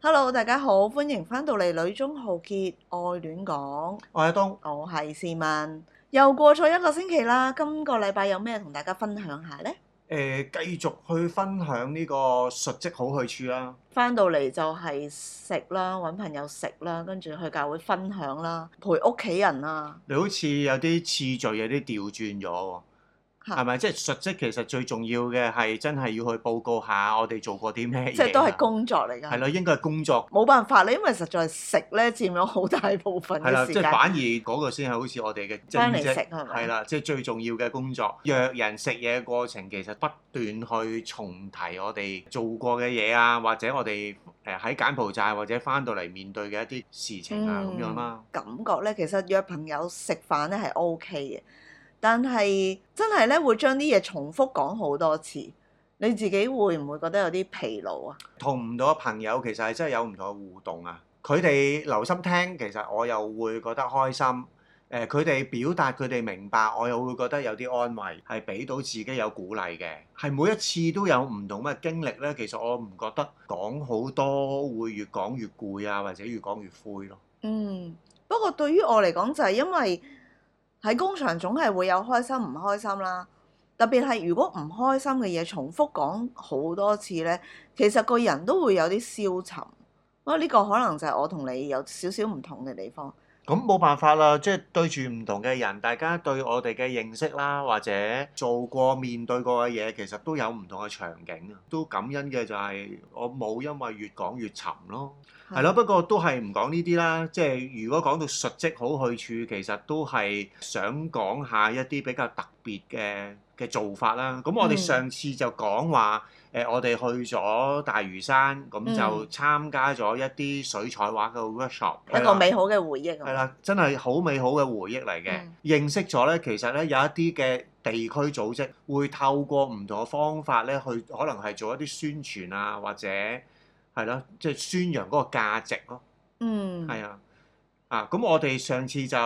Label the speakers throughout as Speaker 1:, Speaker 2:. Speaker 1: Hello，大家好，歡迎翻到嚟《女中豪傑愛戀講》，
Speaker 2: 我係阿東，
Speaker 1: 我係市民。又過咗一個星期啦，今個禮拜有咩同大家分享下呢？
Speaker 2: 誒、呃繼續去分享呢個述職好去處啦。
Speaker 1: 翻到嚟就係食啦，揾朋友食啦，跟住去教會分享啦，陪屋企人啦。
Speaker 2: 你好似有啲次序有啲調轉咗喎，
Speaker 1: 嚇
Speaker 2: 係咪？即係述職其實最重要嘅係真係要去報告下我哋做過啲咩嘢啊，
Speaker 1: 即係都係工作嚟
Speaker 2: 係
Speaker 1: 㗎，
Speaker 2: 啦，應該係工作
Speaker 1: 冇辦法啦，因為實在食咧佔咗好大部分
Speaker 2: 係啦，
Speaker 1: 嘅
Speaker 2: 即
Speaker 1: 時
Speaker 2: 係
Speaker 1: 間。
Speaker 2: 反而嗰個先係好似我哋嘅
Speaker 1: 翻
Speaker 2: 正
Speaker 1: 嚟食
Speaker 2: 職。
Speaker 1: 係咪
Speaker 2: 係？啦，即係最重要嘅工作，約人食嘢嘅過程其實不斷去重提我哋做過嘅嘢啊，或者我哋誒喺柬埔寨或者翻到嚟面對嘅一啲事情啊
Speaker 1: 嗯
Speaker 2: 咁、樣啦。
Speaker 1: 感覺咧，其實約朋友食飯咧係 O K 嘅，但係真係咧會將啲嘢重複講好多次，你自己會唔會覺得有啲疲勞啊？
Speaker 2: 同唔到嘅朋友其實係真係有唔同嘅互動啊！佢哋留心聽，其實我又會覺得開心。誒，佢哋表達佢哋明白，我又會覺得有啲安慰，係俾到自己有鼓勵嘅。係每一次都有唔同嘅經歷呢，其實我唔覺得講好多會越講越攰啊，或者越講越灰咯。
Speaker 1: 嗯，不過對於我嚟講就係因為喺工場總係會有開心唔開心啦，特別係如果唔開心嘅嘢重複講好多次咧，其實個人都會有啲消沉。不過呢個可能就係我同你有少少唔同嘅地方。
Speaker 2: 咁冇辦法啦，即係對住唔同嘅人，大家對我哋嘅認識啦，或者做過面對過嘅嘢，其實都有唔同嘅場景啊。都感恩嘅就係我冇因為越講越沉咯，係咯。不過都係唔講呢啲啦。即係如果講到述職好去處，其實都係想講下一啲比較特別嘅嘅做法啦。咁我哋
Speaker 1: 嗯
Speaker 2: 上次就講話誒，我哋去咗大嶼山，咁就
Speaker 1: 嗯
Speaker 2: 參加咗一啲水彩畫嘅 workshop，
Speaker 1: 一個美好嘅回憶啊嘛
Speaker 2: 係啦，真係好美好嘅回憶嚟嘅。
Speaker 1: 嗯
Speaker 2: 認識咗呢，其實呢，有一啲嘅地區組織會透過唔同嘅方法呢，去可能係做一啲宣傳啊，或者係咯，即係宣揚嗰個價值咯。
Speaker 1: 嗯，
Speaker 2: 係啊，啊咁我哋上次就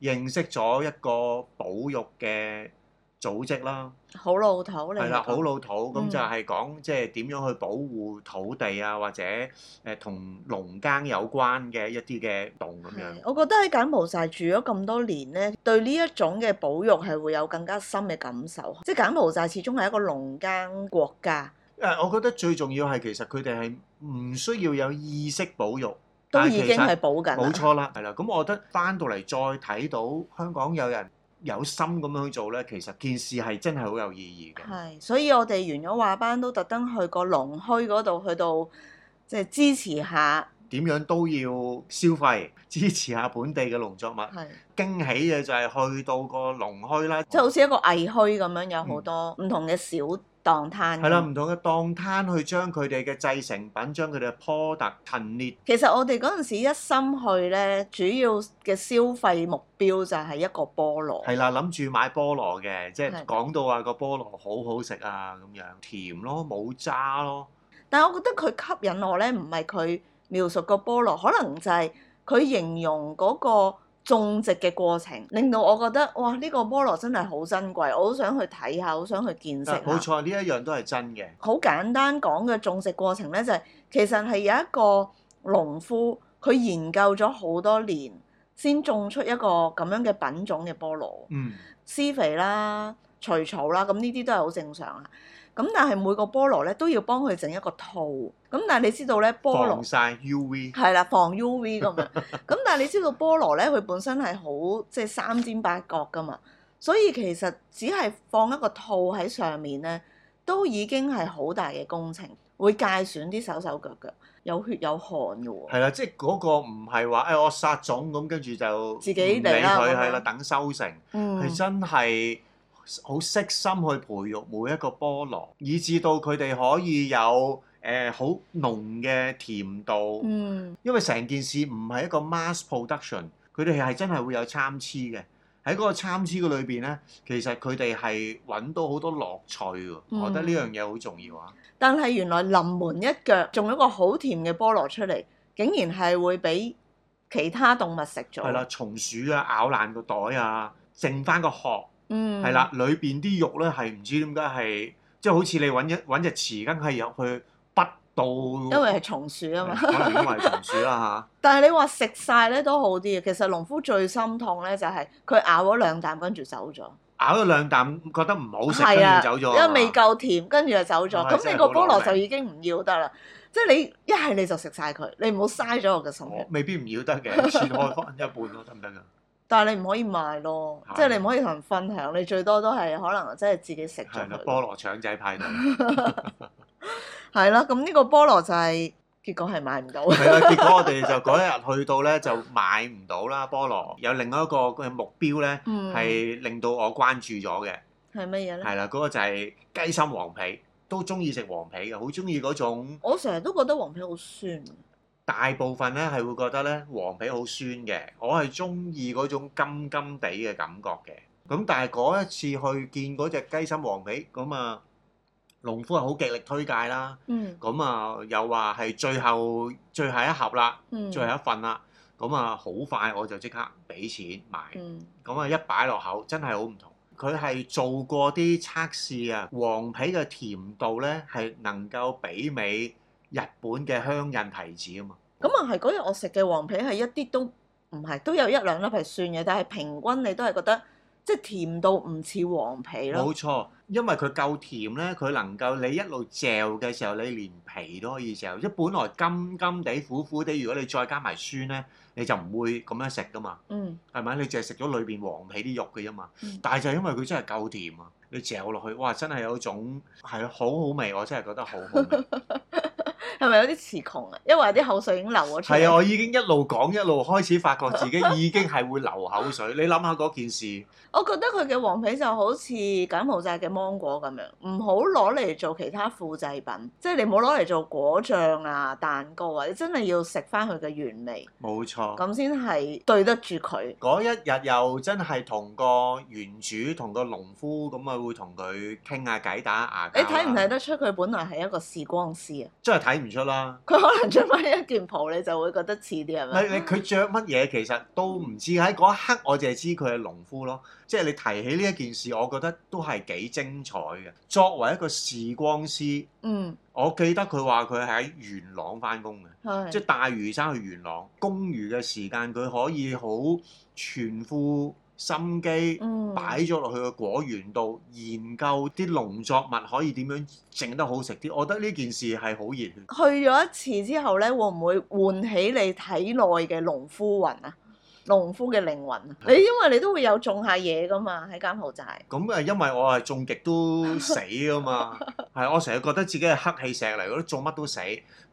Speaker 2: 認識咗一個保育嘅組織啦，
Speaker 1: 好老土你
Speaker 2: 係啦，
Speaker 1: 講
Speaker 2: 好老土，咁
Speaker 1: 嗯
Speaker 2: 就係講即係點樣去保護土地啊，或者誒同農耕有關嘅一啲嘅洞咁樣
Speaker 1: 係。我覺得喺柬埔寨住咗咁多年咧，對呢一種嘅保育係會有更加深嘅感受。即係柬埔寨始終係一個農耕國家，
Speaker 2: 誒，呃我覺得最重要係其實佢哋係唔需要有意識保育，
Speaker 1: 都
Speaker 2: 但
Speaker 1: 已
Speaker 2: 其
Speaker 1: 經
Speaker 2: 實
Speaker 1: 係保緊啦
Speaker 2: 冇。錯啦，係啦。咁我覺得翻到嚟再睇到香港有人有心咁樣去做呢，其實件事係真係好有意義嘅。
Speaker 1: 係，所以我哋完咗話班都特登去個農墟嗰度，去到即係支持下。
Speaker 2: 點樣都要消費，支持下本地嘅農作物。
Speaker 1: 係，
Speaker 2: 驚喜嘅就係去到個農墟啦，
Speaker 1: 即係好似一個藝墟咁樣，有好多唔同嘅小檔攤。
Speaker 2: 嗯係啦，唔同嘅檔攤去將佢哋嘅製成品、將佢哋嘅 product 陳列
Speaker 1: 其實我哋嗰陣時一心去咧，主要嘅消費目標就係一個菠蘿。
Speaker 2: 係啦，諗住買菠蘿嘅，即
Speaker 1: 係
Speaker 2: 係講到話個菠蘿好好食啊咁樣，甜咯，冇渣咯，
Speaker 1: 但係我覺得佢吸引我咧，唔係佢描述個菠蘿，可能就係佢形容嗰個種植嘅過程，令到我覺得哇！呢、個菠蘿真係好珍貴，我好想去睇下，好想去見識下。啊
Speaker 2: 冇錯，呢一樣都係真嘅。
Speaker 1: 好簡單講嘅種植過程咧，就係、其實係有一個農夫，佢研究咗好多年，先種出一個咁樣嘅品種嘅菠蘿。
Speaker 2: 嗯，
Speaker 1: 施肥啦、除草啦，咁呢啲都係好正常啊。咁但係每個菠蘿咧都要幫佢整一個套。咁但係你知道咧，菠
Speaker 2: 防
Speaker 1: 蘿
Speaker 2: 曬 UV
Speaker 1: 係啦，防 UV 咁樣。咁但係你知道菠蘿咧，佢本身係好即係三尖八角噶嘛，所以其實只係放一個套喺上面咧，都已經係好大嘅工程，會界損啲手手腳腳，有血有汗嘅喎。
Speaker 2: 係啦，即係嗰個唔係話哎誒我殺種咁，跟住就
Speaker 1: 自己
Speaker 2: 唔
Speaker 1: 嚟
Speaker 2: 理
Speaker 1: 啦咁
Speaker 2: 佢
Speaker 1: 樣
Speaker 2: 係啦，等收成
Speaker 1: 嗯，
Speaker 2: 係真係好悉心去培育每一個菠蘿，以至到佢哋可以有誒好濃嘅甜度。
Speaker 1: 嗯，
Speaker 2: 因為成件事唔係一個 mass production，佢哋係真係會有參差嘅。喺嗰個參差嘅裏邊咧，其實佢哋係揾到好多樂趣喎。
Speaker 1: 嗯
Speaker 2: 我覺得呢樣嘢好重要啊！
Speaker 1: 但係原來臨門一腳種一個好甜嘅菠蘿出嚟，竟然係會俾其他動物食咗。
Speaker 2: 係啦，，松鼠啊咬爛個袋啊，剩翻個殼
Speaker 1: 嗯，
Speaker 2: 係啦，裏邊啲肉咧係唔知點解係即係好似你揾一揾隻匙羹係入去滗到嗯
Speaker 1: 因為係松鼠啊嘛。
Speaker 2: 可能因為松鼠 啦
Speaker 1: 但係你話食晒咧都好啲嘅，其實農夫最心痛咧就係佢咬咗兩啖，跟住走咗。
Speaker 2: 嚇，咬咗兩啖覺得唔好食，跟
Speaker 1: 係啊，
Speaker 2: 住走咗，
Speaker 1: 因為未夠甜，跟住就走咗。
Speaker 2: 哇
Speaker 1: 咁
Speaker 2: 真
Speaker 1: 你
Speaker 2: 係
Speaker 1: 個
Speaker 2: 好
Speaker 1: 菠
Speaker 2: 攞
Speaker 1: 蘿
Speaker 2: 命
Speaker 1: 就已經唔要得啦。即係你一係你就食晒佢，你唔好嘥咗我嘅心
Speaker 2: 我
Speaker 1: 血。
Speaker 2: 未必唔要得 嘅，切開翻一半咯，得唔啊得㗎？
Speaker 1: 但係你唔可以賣咯，
Speaker 2: 係
Speaker 1: 即係你唔可以同人分享，你最多都係可能真係自己食咗
Speaker 2: 係啦，
Speaker 1: 佢。
Speaker 2: 菠蘿腸仔派對，
Speaker 1: 係啦，咁呢個菠蘿就係、結果係買唔到。
Speaker 2: 係啦。結果我哋就嗰一日去到咧就買唔到啦菠蘿，有另外一個嘅目標咧
Speaker 1: 嗯，
Speaker 2: 係令到我關注咗嘅。
Speaker 1: 係乜 嘢咧？
Speaker 2: 係啦，嗰、個就係雞心黃皮，都中意食黃皮嘅，好中意嗰種。
Speaker 1: 我成日都覺得黃皮好酸，
Speaker 2: 大部分咧係會覺得咧黃皮好酸嘅，我係中意嗰種金金地嘅感覺嘅。咁但係嗰一次去見嗰只雞心黃皮，咁啊農夫係啊好極力推介啦。
Speaker 1: 嗯
Speaker 2: 咁啊又話係最後最後一盒啦，
Speaker 1: 嗯，
Speaker 2: 最後一份啦。咁啊好快我就即刻俾錢買。
Speaker 1: 嗯
Speaker 2: 咁啊一擺落口真係好唔同。佢係做過啲測試啊，黃皮嘅甜度咧係能夠媲美日本嘅香印提子啊嘛。
Speaker 1: 咁啊係嗰日我食嘅黃皮係一啲都唔係，都有一兩粒係酸嘅，但係平均你都係覺得即係甜到唔似黃皮咯
Speaker 2: 冇。錯，因為佢夠甜咧，佢能夠你一路嚼嘅時候，你連皮都可以嚼。即係本來甘甘地、苦苦地，如果你再加埋酸咧，你就唔會咁樣食噶嘛，
Speaker 1: 嗯，
Speaker 2: 係咪？你淨係食咗裏邊黃皮啲肉嘅啫嘛。
Speaker 1: 嗯
Speaker 2: 但係就因為佢真係夠甜啊，你嚼落去，哇！真係有一種係好好味，我真係覺得好好味。
Speaker 1: 係咪有啲詞窮啊？因為有啲口水已經流咗出
Speaker 2: 係啊，
Speaker 1: 嚟。
Speaker 2: 我已經一路講一路開始發覺自己已經係會流口水。你諗下嗰件事，
Speaker 1: 我覺得佢嘅黃皮就好似柬埔寨嘅芒果咁樣，唔好攞嚟做其他副製品，即係你唔好攞嚟做果醬啊、蛋糕啊，你真係要食翻佢嘅原味，
Speaker 2: 冇錯。
Speaker 1: 咁先係對得住佢。
Speaker 2: 嗰一日又真係同個園主、同個農夫咁啊，會同佢傾下偈、打下牙
Speaker 1: 你
Speaker 2: 交啦
Speaker 1: 睇唔睇？得出佢本來係一個視光師啊？
Speaker 2: 真係睇唔出啦。
Speaker 1: 佢可能着翻一件袍，你就會覺得似啲係
Speaker 2: 你
Speaker 1: 咪？
Speaker 2: 你佢着乜嘢其實都唔知。喺嗰一刻，我淨係知佢係農夫咯。即係你提起呢一件事，我覺得都係幾精彩嘅。作為一個視光師，
Speaker 1: 嗯，
Speaker 2: 我記得佢話佢喺元朗翻工嘅。
Speaker 1: 係。
Speaker 2: 即係大嶼山去元朗公餘嘅時間，佢可以好全副心機
Speaker 1: 嗯，
Speaker 2: 擺咗落去個果園度研究啲農作物可以點樣整得好食啲。我覺得呢件事係好熱血，
Speaker 1: 去咗一次之後咧，會唔會喚起你體內嘅農夫魂啊？農夫嘅靈魂啊！你因為你都會有種下嘢噶嘛，喺柬埔寨。
Speaker 2: 咁啊，因為我係種極 都死啊嘛，係我成日覺得自己係黑氣石嚟，我都種乜都死，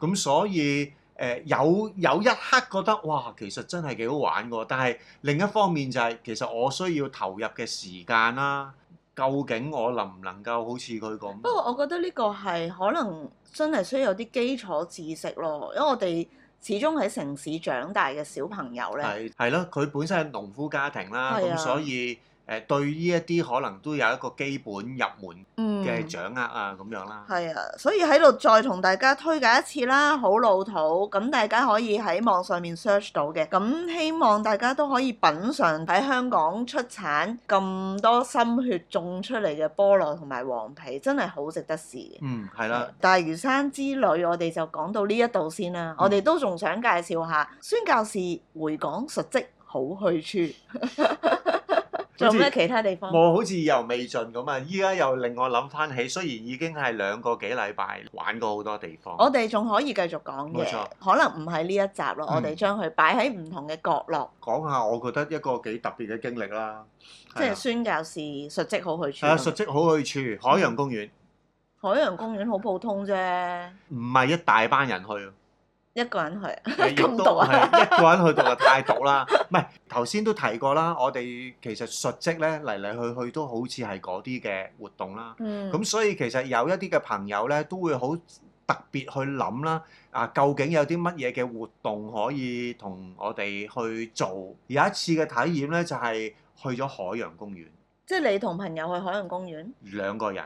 Speaker 2: 咁所以。誒、有有一刻覺得哇，其實真係幾好玩㗎喎，但係另一方面就係、其實我需要投入嘅時間啦，究竟我能唔能夠好似佢咁？
Speaker 1: 不過我覺得呢個係可能真係需要有啲基礎知識咯，因為我哋始終喺城市長大嘅小朋友咧，
Speaker 2: 係係咯，佢本身係農夫家庭啦，
Speaker 1: 係啊
Speaker 2: 咁所以誒對呢一啲可能都有一個基本入門
Speaker 1: 嗯，
Speaker 2: 嘅掌握啊，咁樣啦。
Speaker 1: 係啊，所以喺度再同大家推介一次啦，好老土，咁大家可以喺網上面 search 到嘅，咁希望大家都可以品嚐喺香港出產咁多心血種出嚟嘅菠蘿同埋黃皮，真係好值得試嘅。
Speaker 2: 嗯，係啦，
Speaker 1: 大嶼山之旅，我哋就講到呢一度先啦。
Speaker 2: 嗯
Speaker 1: 我哋都仲想介紹下宣教士回港述職好去 處，仲有咩其他地方？
Speaker 2: 我好似又未盡咁啊！依家又令我諗翻起，雖然已經係兩個幾禮拜，玩過好多地方。
Speaker 1: 我哋仲可以繼續講嘅
Speaker 2: 冇錯，
Speaker 1: 可能唔係呢一集咯。
Speaker 2: 嗯
Speaker 1: 我哋將佢擺喺唔同嘅角落，
Speaker 2: 講下我覺得一個幾特別嘅經歷啦，
Speaker 1: 即係
Speaker 2: 係啊
Speaker 1: 宣教士述職好去處
Speaker 2: 啊係啊，述職好去處，海洋公園
Speaker 1: 海洋公園好普通啫，
Speaker 2: 唔係一大 班人去啊。
Speaker 1: 一個人去。
Speaker 2: 亦都
Speaker 1: 咁毒啊
Speaker 2: 係一個人去到就太毒啦。唔係頭先都提過啦，我哋其實述職咧嚟嚟去去都好似係嗰啲嘅活動啦。
Speaker 1: 嗯，
Speaker 2: 咁所以其實有一啲嘅朋友咧都會好特別去諗啦，啊究竟有啲乜嘢嘅活動可以同我哋去做？有一次嘅體驗咧就係、去咗海洋公園，
Speaker 1: 即係你同朋友去海洋公園，
Speaker 2: 兩個人。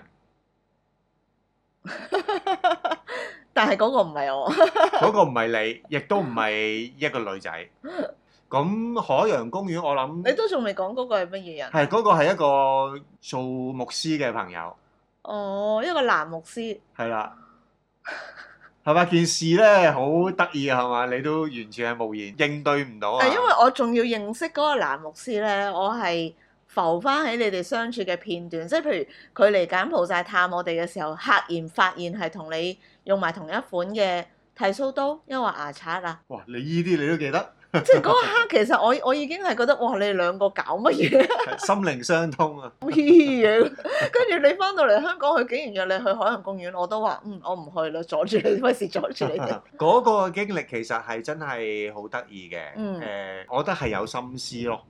Speaker 1: 但係嗰個唔係
Speaker 2: 嗯
Speaker 1: 我。
Speaker 2: 嗰個唔係你，亦都唔係一個女仔。咁海洋公園，我諗
Speaker 1: 你都仲未講嗰個係乜嘢人？
Speaker 2: 係嗰個係一個做牧師嘅朋友，
Speaker 1: 哦，一個男牧師。
Speaker 2: 係啦。係咪件事咧好得意啊？係嘛？你都完全係無言應對唔到啊！
Speaker 1: 誒，因為我仲要認識嗰個男牧師咧，我係浮翻喺你哋相處嘅片段，即係譬如佢嚟柬埔寨探我哋嘅時候，赫然發現係同你用埋同一款嘅剃須刀，因為牙刷 啊，
Speaker 2: 哇！你依啲你都 記得，
Speaker 1: 即係嗰刻其實我我已經係覺得哇，你哋兩個搞乜嘢
Speaker 2: 心靈相 通啊！
Speaker 1: 咁嘅嘢，跟住你翻到嚟香港，佢竟然約你去海洋公園，我都話嗯，我唔去啦，阻住你，費事阻住你 哋。
Speaker 2: 嗰個經歷其實係真係好得意嘅，誒、
Speaker 1: 嗯
Speaker 2: 我覺得係有心思咯，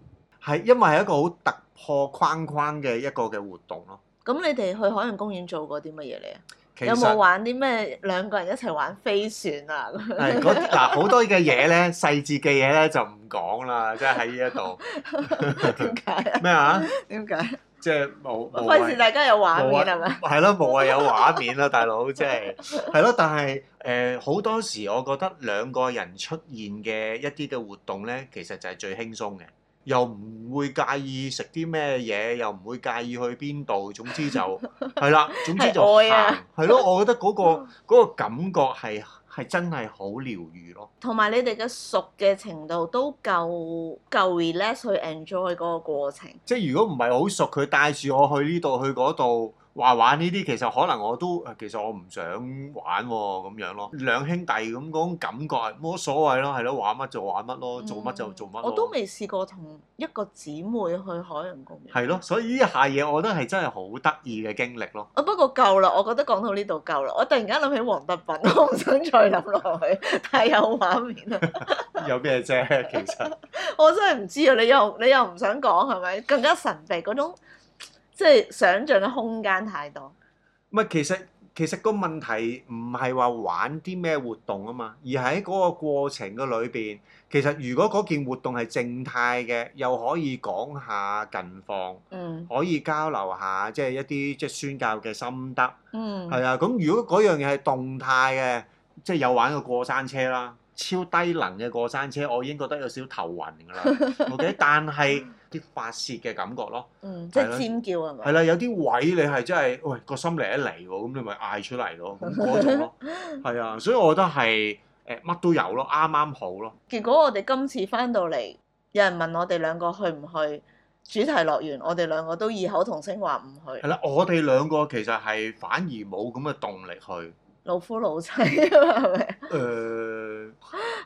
Speaker 2: 係因為係一個好突破框框嘅一個嘅活動咯。
Speaker 1: 咁你哋去海洋公園做過啲乜嘢嚟啊？
Speaker 2: 其
Speaker 1: 有冇
Speaker 2: 實
Speaker 1: 玩啲咩兩個人一齊玩飛船啊？
Speaker 2: 係嗰啲嗱好多嘅嘢咧，細節嘅嘢咧就唔講啦，即係喺呢一度
Speaker 1: 點解啊？
Speaker 2: 咩啊？
Speaker 1: 點解？
Speaker 2: 即係冇冇
Speaker 1: 費事大家有畫
Speaker 2: 冇
Speaker 1: 面
Speaker 2: 啊
Speaker 1: 係咪？
Speaker 2: 係咯，冇啊，有畫面啦，大佬，即 係係咯。但係誒，好、多時我覺得兩個人出現嘅一啲嘅活動咧，其實就係最輕鬆嘅，又唔會介意食啲咩嘢，又唔會介意去邊度。總 之就係啦，總之就
Speaker 1: 係愛啊
Speaker 2: 行係咯。我覺 得嗰、個嗰個感覺係係真係好療愈咯。
Speaker 1: 同埋你哋嘅熟嘅程度都夠夠 relax 去 enjoy 嗰個過程。
Speaker 2: 即係如果唔係好熟，佢帶住我去呢度去嗰度話玩呢啲，其實可能我都啊其實我唔想玩喎、咁樣咯。兩兄弟咁嗰種感覺係冇乜所謂咯，係咯，玩乜就玩乜咯，做乜就做乜咯。
Speaker 1: 嗯我都未試過同一個姊妹去海洋公園。
Speaker 2: 係咯，所以呢一下嘢我覺得係真係好得意嘅經歷咯。
Speaker 1: 啊，不過夠啦，我覺得講到呢度夠啦。我突然間諗起黃德斌， 我唔想再諗落去， 太有畫面啦。
Speaker 2: 有咩啫？ 其實
Speaker 1: 我真係唔知啊！你又你又唔想講係咪？更加神秘嗰種，即係想像嘅空間太多。
Speaker 2: 唔係，其實其實個問題唔係話玩啲咩活動啊嘛，而喺嗰個過程嘅裏邊，其實如果嗰件活動係靜態嘅，又可以講下近況。
Speaker 1: 嗯
Speaker 2: 可以交流下，即係一啲即係宣教嘅心得，
Speaker 1: 嗯。
Speaker 2: 係啊。咁如果嗰樣嘢係動態嘅，即係有玩過過山車啦，超低能嘅過山車，我已經覺得有少少頭暈㗎啦。OK，但係啲發泄嘅感覺咯，
Speaker 1: 嗯，即
Speaker 2: 係
Speaker 1: 係
Speaker 2: 啦
Speaker 1: 尖叫係咪？
Speaker 2: 係啦，有啲位你係真係，喂個心嚟一嚟喎，咁你咪嗌出嚟咯，咁嗰種咯，係啊。所以我覺得係誒乜都有咯，啱啱好咯。
Speaker 1: 結果我哋今次翻到嚟，有人問我哋兩個去唔去主題樂園，我哋兩個都異口同聲話唔
Speaker 2: 係
Speaker 1: 去，
Speaker 2: 啦，我哋兩個其實係反而冇咁嘅動力去。
Speaker 1: 老夫老妻啊係咪？
Speaker 2: 誒、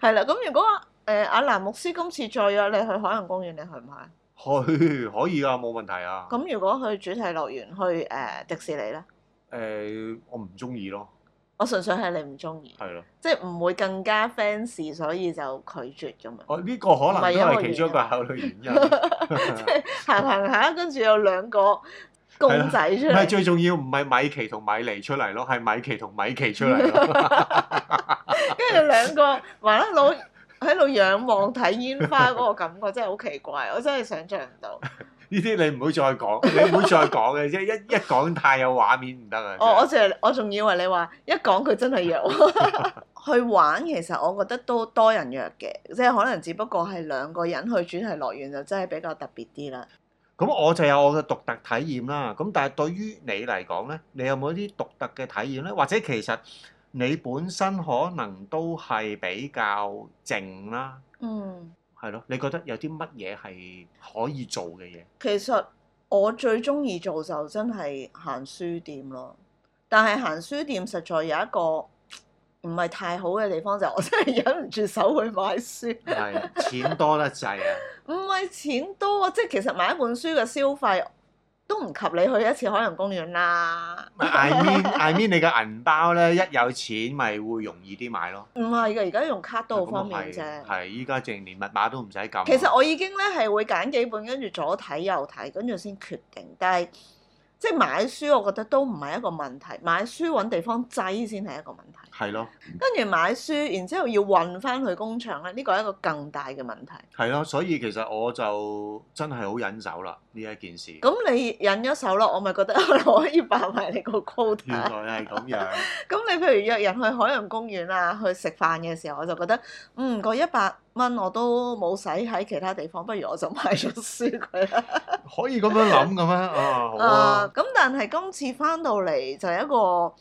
Speaker 1: 係啦，咁如果誒阿蘭牧師今次再約你去海洋公園，你去唔去？
Speaker 2: 去 可以啊，冇問題啊。
Speaker 1: 咁如果去主題樂園，去誒、呃迪士尼咧，
Speaker 2: 誒、我唔中意咯，
Speaker 1: 我純粹係你唔中意，
Speaker 2: 係咯，
Speaker 1: 即係唔會更加 fans，所以就拒絕咁樣。
Speaker 2: 我哦呢、個可能
Speaker 1: 唔係因
Speaker 2: 都
Speaker 1: 為
Speaker 2: 係其中一個考慮原 因。 唔
Speaker 1: 行行下，跟住有兩個公仔出
Speaker 2: 係
Speaker 1: 嚟，
Speaker 2: 最重要，唔係米奇同米妮出嚟咯，係米奇同米奇出嚟 咯。
Speaker 1: 跟住兩個麻甩佬喺度仰望睇煙花嗰個感覺真係好奇怪，我真係想像唔到。
Speaker 2: 呢啲你唔好再講， 你唔好再講嘅，即係一一講太有畫面唔得啊。
Speaker 1: 哦我我淨係我仲以為你話一講佢真係約我 去玩，其實我覺得都多人約嘅，即係可能只不過係兩個人去主題樂園就真係比較特別啲啦。
Speaker 2: 咁我就有我嘅獨特體驗啦。咁但係對於你嚟講呢，你有冇一啲獨特嘅體驗呢？或者其實你本身可能都係比較靜啦，
Speaker 1: 嗯，
Speaker 2: 係咯？你覺得有啲乜嘢係可以做嘅嘢？
Speaker 1: 其實我最中意做就真係行書店咯，但係行書店實在有一個唔係太好嘅地方，就係我真係忍唔住手去買書。
Speaker 2: 係錢多得滯 啊！
Speaker 1: 唔係錢多，啊即係其實買一本書嘅消費都唔及你去一次海洋公園啦。
Speaker 2: I mean I mean 你嘅銀包咧，一有錢咪會容易啲買咯。
Speaker 1: 唔係嘅，而家用卡都好方便
Speaker 2: 咁啊係
Speaker 1: 啫。
Speaker 2: 係，依家淨連密碼都唔使撳。啊
Speaker 1: 其實我已經咧係會揀幾本，跟住左睇右睇，跟住先決定。但係即係買書，我覺得都唔係一個問題。買書揾地方擠先係一個問題。嗯
Speaker 2: 係咯，
Speaker 1: 跟住買書，然之後要運翻去工場咧，呢個係一個更大嘅問題。
Speaker 2: 係咯，所以其實我就真係好忍手啦呢一件事。
Speaker 1: 咁你忍咗手咯，我咪覺得我可以爆埋你個 quota。
Speaker 2: 原來係咁樣，
Speaker 1: 咁你譬如約人去海洋公園啊，去食飯嘅時候，我就覺得，嗯，個一百蚊我都冇使喺其他地方，不如我就買咗書佢啦。
Speaker 2: 可以咁樣諗嘅咩？啊，好
Speaker 1: 啊
Speaker 2: 啊，，
Speaker 1: 咁但係今次翻到嚟就係一個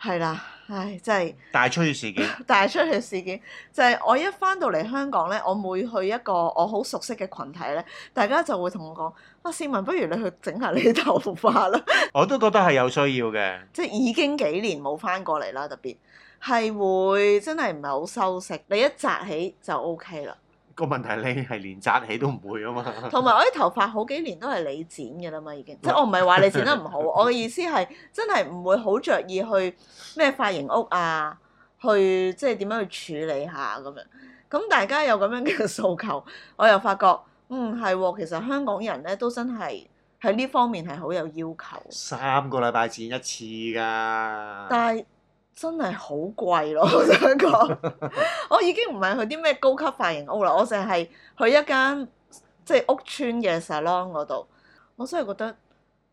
Speaker 1: 係啦，唉，真係。
Speaker 2: 大出血事件，
Speaker 1: 但係出嚟事件就係、我一翻到嚟香港咧，我每去一個我好熟悉嘅群體咧，大家就會同我講：啊，市民，不如你去整下你頭髮啦！
Speaker 2: 我都覺得係有需要嘅。
Speaker 1: 即係已經幾年冇翻過嚟啦，特別係會真係唔係好收息，你一扎起就 O K 啦。
Speaker 2: 個問題係你係連紮起都唔會啊嘛。
Speaker 1: 同埋我啲頭髮好幾年都係你剪嘅啦嘛，已經即係我唔係話你剪得唔好， 我嘅意思係真係唔會好着意去咩髮型屋啊，去即係點樣去處理下咁樣。咁大家有咁樣嘅訴求，我又發覺嗯係喎、其實香港人咧都真係喺呢方面係好有要求，
Speaker 2: 三個禮拜剪一次㗎。
Speaker 1: 但係真係好貴咯， 我想講， 我已經唔係去啲咩高級髮型屋啦，我淨係去一間即係屋村嘅 salon 嗰度，我真係覺得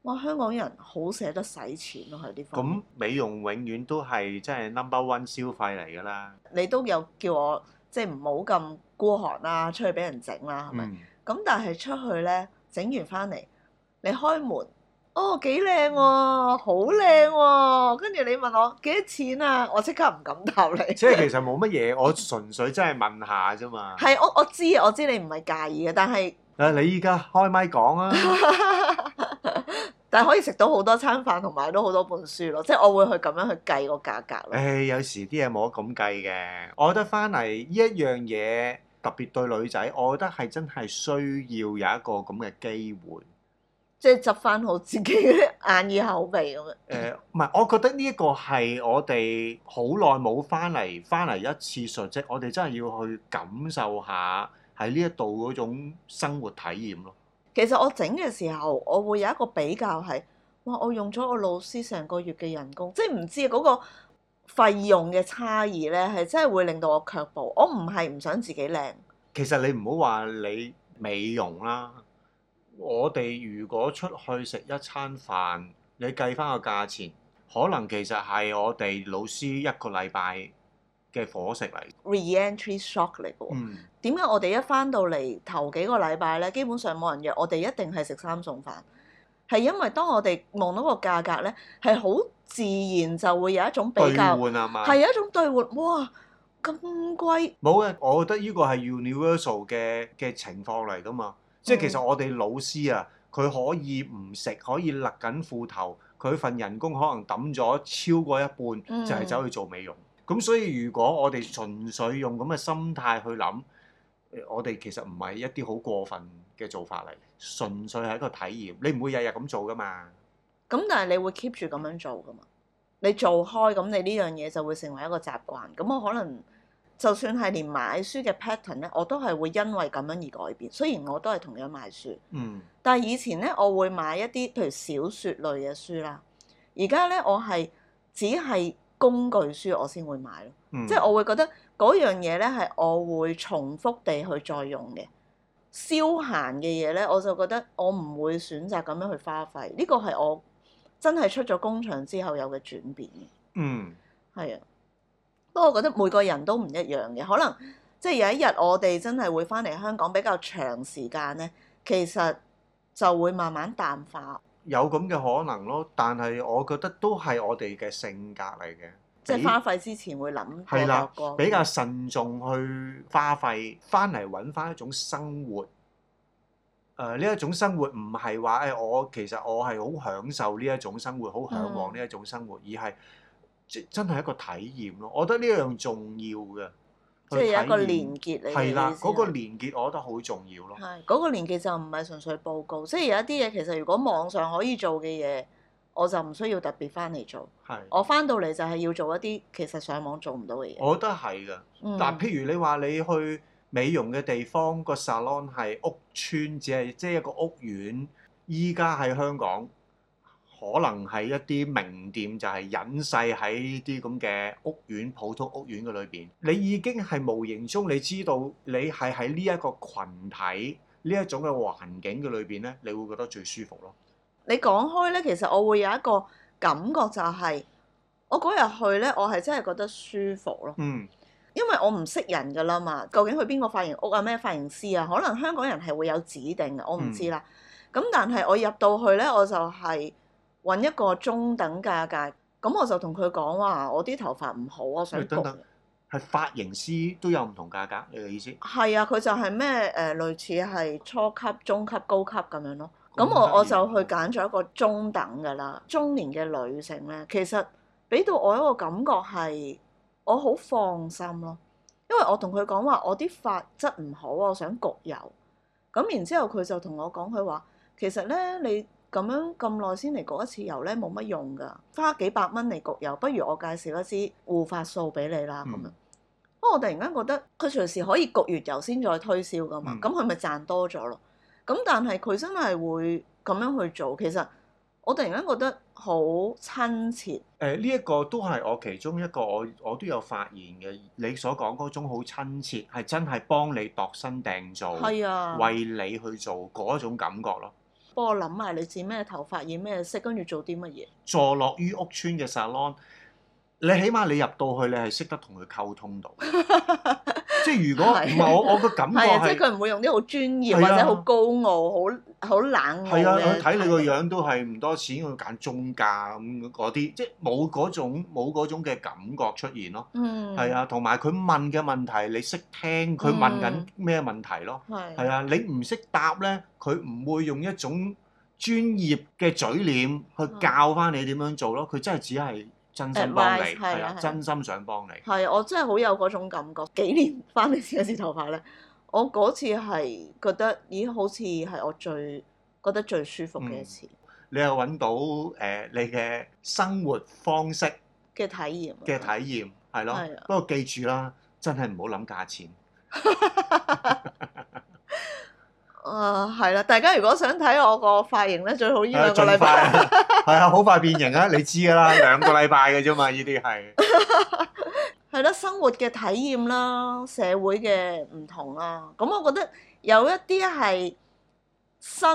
Speaker 1: 哇，香港人好捨得使錢咯喺呢方面
Speaker 2: 咁。美容永遠都係即係 number one 消費嚟㗎啦。
Speaker 1: 你都有叫我即係唔好咁孤寒啦，出去俾人整啦，係咪？
Speaker 2: 嗯，
Speaker 1: 咁、但係出去咧，整完翻嚟，你開門，哦幾靚
Speaker 2: 嗯
Speaker 1: 喎，好靚喎，跟住你問我幾多錢啊，我即刻唔敢答你。
Speaker 2: 即係其實冇乜嘢，我純粹真係問下啫嘛。
Speaker 1: 係我我知我知你唔係介意嘅，但係
Speaker 2: 啊，你依家開咪講啊。
Speaker 1: 但係可以食到好多餐飯同買到好多本書咯，即係我會去咁樣去計個價格咯。
Speaker 2: 誒，有時啲嘢冇得咁計嘅。我覺得翻嚟呢一樣嘢，特別對女仔，我覺得係真係需要有一個咁嘅機會。
Speaker 1: 即係執翻好自己嘅眼耳口鼻咁樣。
Speaker 2: 誒呃唔係，我覺得呢一個係我哋好耐冇翻嚟，翻嚟一次述職，我哋真係要去感受下喺呢一度嗰種生活體驗咯。
Speaker 1: 其實我整嘅時候，我會有一個比較係，哇！我用咗我老師成個月嘅人工，即係唔知啊嗰個費用嘅差異咧，係真係會令到我卻步。我唔係唔想自己靚，
Speaker 2: 其實你唔好話你美容啦，我哋如果出去食一餐飯，你計翻個價錢，可能其實係我哋老師一個禮拜嘅伙食嚟。
Speaker 1: re-entry shock 嚟嘅喎。
Speaker 2: 嗯，
Speaker 1: 點解、我哋一翻到嚟頭幾個禮拜咧，基本上冇人約，我哋一定係食三餸飯。係因為當我哋望到個價格咧，係好自然就會有一種比
Speaker 2: 對
Speaker 1: 較，
Speaker 2: 換啊嘛。
Speaker 1: 係有一種對換。哇！咁貴，
Speaker 2: 冇嘅，我覺得呢個係 universal 嘅嘅情況嚟噶嘛。即
Speaker 1: 嗯
Speaker 2: 係其實我哋老師啊，佢可以唔食，可以勒緊褲頭，佢份人工可能抌咗超過一半，
Speaker 1: 嗯
Speaker 2: 就係走去做美容。咁所以如果我哋純粹用咁嘅心態去諗，呃我哋其實唔係一啲好過分嘅做法嚟，純粹係一個體驗。你唔會日日咁做噶嘛。
Speaker 1: 咁但係你會 keep 住咁樣做噶嘛？你做開咁，你呢樣嘢就會成為一個習慣。咁我可能就算係連買書嘅 pattern 咧，我都係會因為咁樣而改變。雖然我都係同樣買書，
Speaker 2: 嗯，
Speaker 1: 但係以前咧，我會買一啲譬如小說類嘅書啦。而家咧，我係只係工具書我先會買咯，
Speaker 2: 嗯
Speaker 1: 即係我會覺得嗰樣嘢咧係我會重複地去再用嘅。消閒嘅嘢咧，我就覺得我唔會選擇咁樣去花費。呢個係我真係出咗工場之後有嘅轉變嘅。
Speaker 2: 嗯。
Speaker 1: 係啊，不過我覺得每個人都唔一樣嘅，可能即係有一日我哋真係會翻嚟香港比較長時間咧，其實就會慢慢淡化，
Speaker 2: 有咁嘅可能咯，但係我覺得都係我哋嘅性格嚟嘅，
Speaker 1: 即係
Speaker 2: 比
Speaker 1: 花費之前會諗過
Speaker 2: 係啦
Speaker 1: 落過
Speaker 2: 比較慎重去花費，翻嚟揾翻一種生活。誒、呢一種生活唔係話誒我其實我係好享受呢一種生活，好向往呢一種生活，而係即真係一個體驗咯。我覺得呢樣重要嘅，
Speaker 1: 即係有一個
Speaker 2: 去體驗
Speaker 1: 連結嚟嘅
Speaker 2: 係啦
Speaker 1: 意，思
Speaker 2: 嗰個
Speaker 1: 係
Speaker 2: 連結我覺得好重要咯。
Speaker 1: 係嗰個連結就唔係純粹報告，即係有一啲嘢其實如果網上可以做嘅嘢，我就唔需要特別翻嚟做。
Speaker 2: 係，
Speaker 1: 我翻到嚟就係要做一啲其實上網做唔到嘅嘢。
Speaker 2: 我覺得係㗎。
Speaker 1: 嗯
Speaker 2: 嗱，譬如你話你去美容嘅地方，個 salon 係屋村，只係即係一個屋苑。依家喺香港，可能係一啲名店就係隱世喺呢啲咁嘅屋苑、普通屋苑嘅裏邊。你已經係無形中你知道你係喺呢一個群體呢一種嘅環境嘅裏邊咧，你會覺得最舒服咯。
Speaker 1: 你講開咧，其實我會有一個感覺就係、我嗰日去咧，我係真係覺得舒服咯，
Speaker 2: 嗯，
Speaker 1: 因為我唔識人噶啦嘛。究竟去邊個髮型屋啊？咩髮型師啊？可能香港人係會有指定嘅，我唔知啦。
Speaker 2: 嗯
Speaker 1: 咁、但係我入到去咧，我就係揾一個中等價格咁我就同佢講話，我啲頭髮唔好，我想
Speaker 2: 喂等
Speaker 1: 焗
Speaker 2: 等。係髮型師都有唔同價格，你嘅意思？
Speaker 1: 係啊，佢就係咩誒，類似係初級、中級、高級咁樣咯。咁
Speaker 2: 咁
Speaker 1: 我我
Speaker 2: 得
Speaker 1: 就
Speaker 2: 意
Speaker 1: 去揀咗一個中等㗎啦，中年嘅女性咧，其實俾到我一個感覺係我好放心咯，因為我同佢講話我啲髮質唔好，我想焗油。咁然之後佢就同我講，佢話其實咧你咁樣咁耐先嚟焗一次油咧冇乜用㗎，花幾百蚊嚟焗油，不如我介紹一支護髮素俾你啦咁樣
Speaker 2: 嗯。
Speaker 1: 不過我突然間覺得佢隨時可以焗完油先再推銷㗎嘛
Speaker 2: 嗯，
Speaker 1: 咁佢咪賺多咗咯。咁但係佢真係會咁樣去做，其實我突然間覺得好親切，
Speaker 2: 誒呃呢一個都係我其中一個我我都有發現嘅，你所講嗰種好親切，係真係幫你度身訂造，
Speaker 1: 係啊。
Speaker 2: 為你去做嗰種感覺咯。
Speaker 1: 幫我諗埋你剪咩頭髮，染咩色，跟住做啲乜嘢。
Speaker 2: 坐落於屋村嘅 salon，你起碼你入到去，你係識得同佢溝 通到。即係如果唔
Speaker 1: 係
Speaker 2: 係我我個感覺
Speaker 1: 係啊，即係
Speaker 2: 係
Speaker 1: 佢唔會用啲好專業
Speaker 2: 係
Speaker 1: 或
Speaker 2: 啊
Speaker 1: 者好高傲、好好冷傲
Speaker 2: 係啊，佢
Speaker 1: 嘅
Speaker 2: 睇你個樣都係唔多錢，佢揀中價咁嗰啲，即係冇嗰種冇嗰種嘅感覺出現咯。
Speaker 1: 嗯，
Speaker 2: 係，啊，同埋佢問嘅問題，你識聽佢問緊咩問題咯。係
Speaker 1: 係
Speaker 2: 啊，你唔識答咧，佢唔會用一種專業嘅嘴臉去教翻你點樣做咯。佢真係只係真心幫
Speaker 1: 嗯
Speaker 2: 你，
Speaker 1: Advice，係啊
Speaker 2: 係啊
Speaker 1: 係，啊
Speaker 2: 真心想幫你。
Speaker 1: 係，我真係好有嗰種感覺。幾年翻嚟剪一次頭髮咧，我嗰次係覺得，咦，好似係我最覺得最舒服嘅一次
Speaker 2: 你又揾到誒、呃你嘅生活方式
Speaker 1: 嘅體驗。啊
Speaker 2: 嘅體驗係咯
Speaker 1: 嗯係啊。
Speaker 2: 不過記住啦，真係唔好諗價錢。
Speaker 1: 啊，係啦，大家如果想睇我個髮型咧，最好呢兩個禮
Speaker 2: 盡快
Speaker 1: 拜。
Speaker 2: 啊 係啊，好快變形啊！你知㗎啦，兩個禮拜嘅啫嘛，呢啲係。
Speaker 1: 係啦，生活嘅體驗啦，社會嘅唔同啦，咁我覺得有一啲係新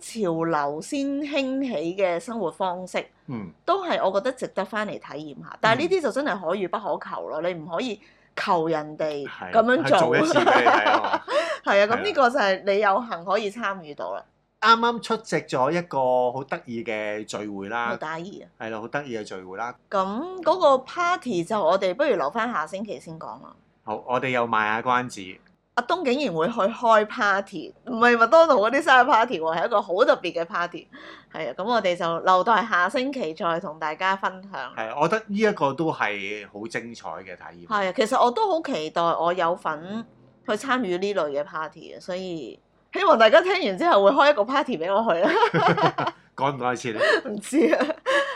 Speaker 1: 潮流先興起嘅生活方式，
Speaker 2: 嗯，
Speaker 1: 都係我覺得值得翻嚟體驗下。但係呢啲就真係可遇不可求咯，你唔可以求人哋
Speaker 2: 係
Speaker 1: 咁樣做，
Speaker 2: 一次俾你睇啊嘛
Speaker 1: 係啊，
Speaker 2: 係啊
Speaker 1: 咁呢個就係你有幸可以參與到啦，
Speaker 2: 啱啱出席咗一個好得意嘅聚會
Speaker 1: 好
Speaker 2: 啦，
Speaker 1: 打意啊！
Speaker 2: 係啦，好得意嘅聚會啦。
Speaker 1: 咁嗰個 party 就我哋不如留翻下星期先講啦。
Speaker 2: 好，我哋又賣下關子。
Speaker 1: 阿東竟然會去開 party，唔係麥當勞嗰啲生日 party 喎，係一個好特別嘅 party。係啊，咁我哋就留待下星期再同大家分享。
Speaker 2: 係，我覺得呢一個都係好精彩嘅體驗。
Speaker 1: 係啊，其實我都好期待我有份去參與呢類嘅 party 嘅，所以希望大家聽完之後會開一個 party 俾我去啦。
Speaker 2: 講唔講一次咧
Speaker 1: 唔知啊，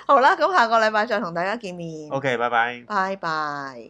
Speaker 1: 好啦，咁下個禮拜再同大家見面。
Speaker 2: ？OK，拜拜。
Speaker 1: 拜拜。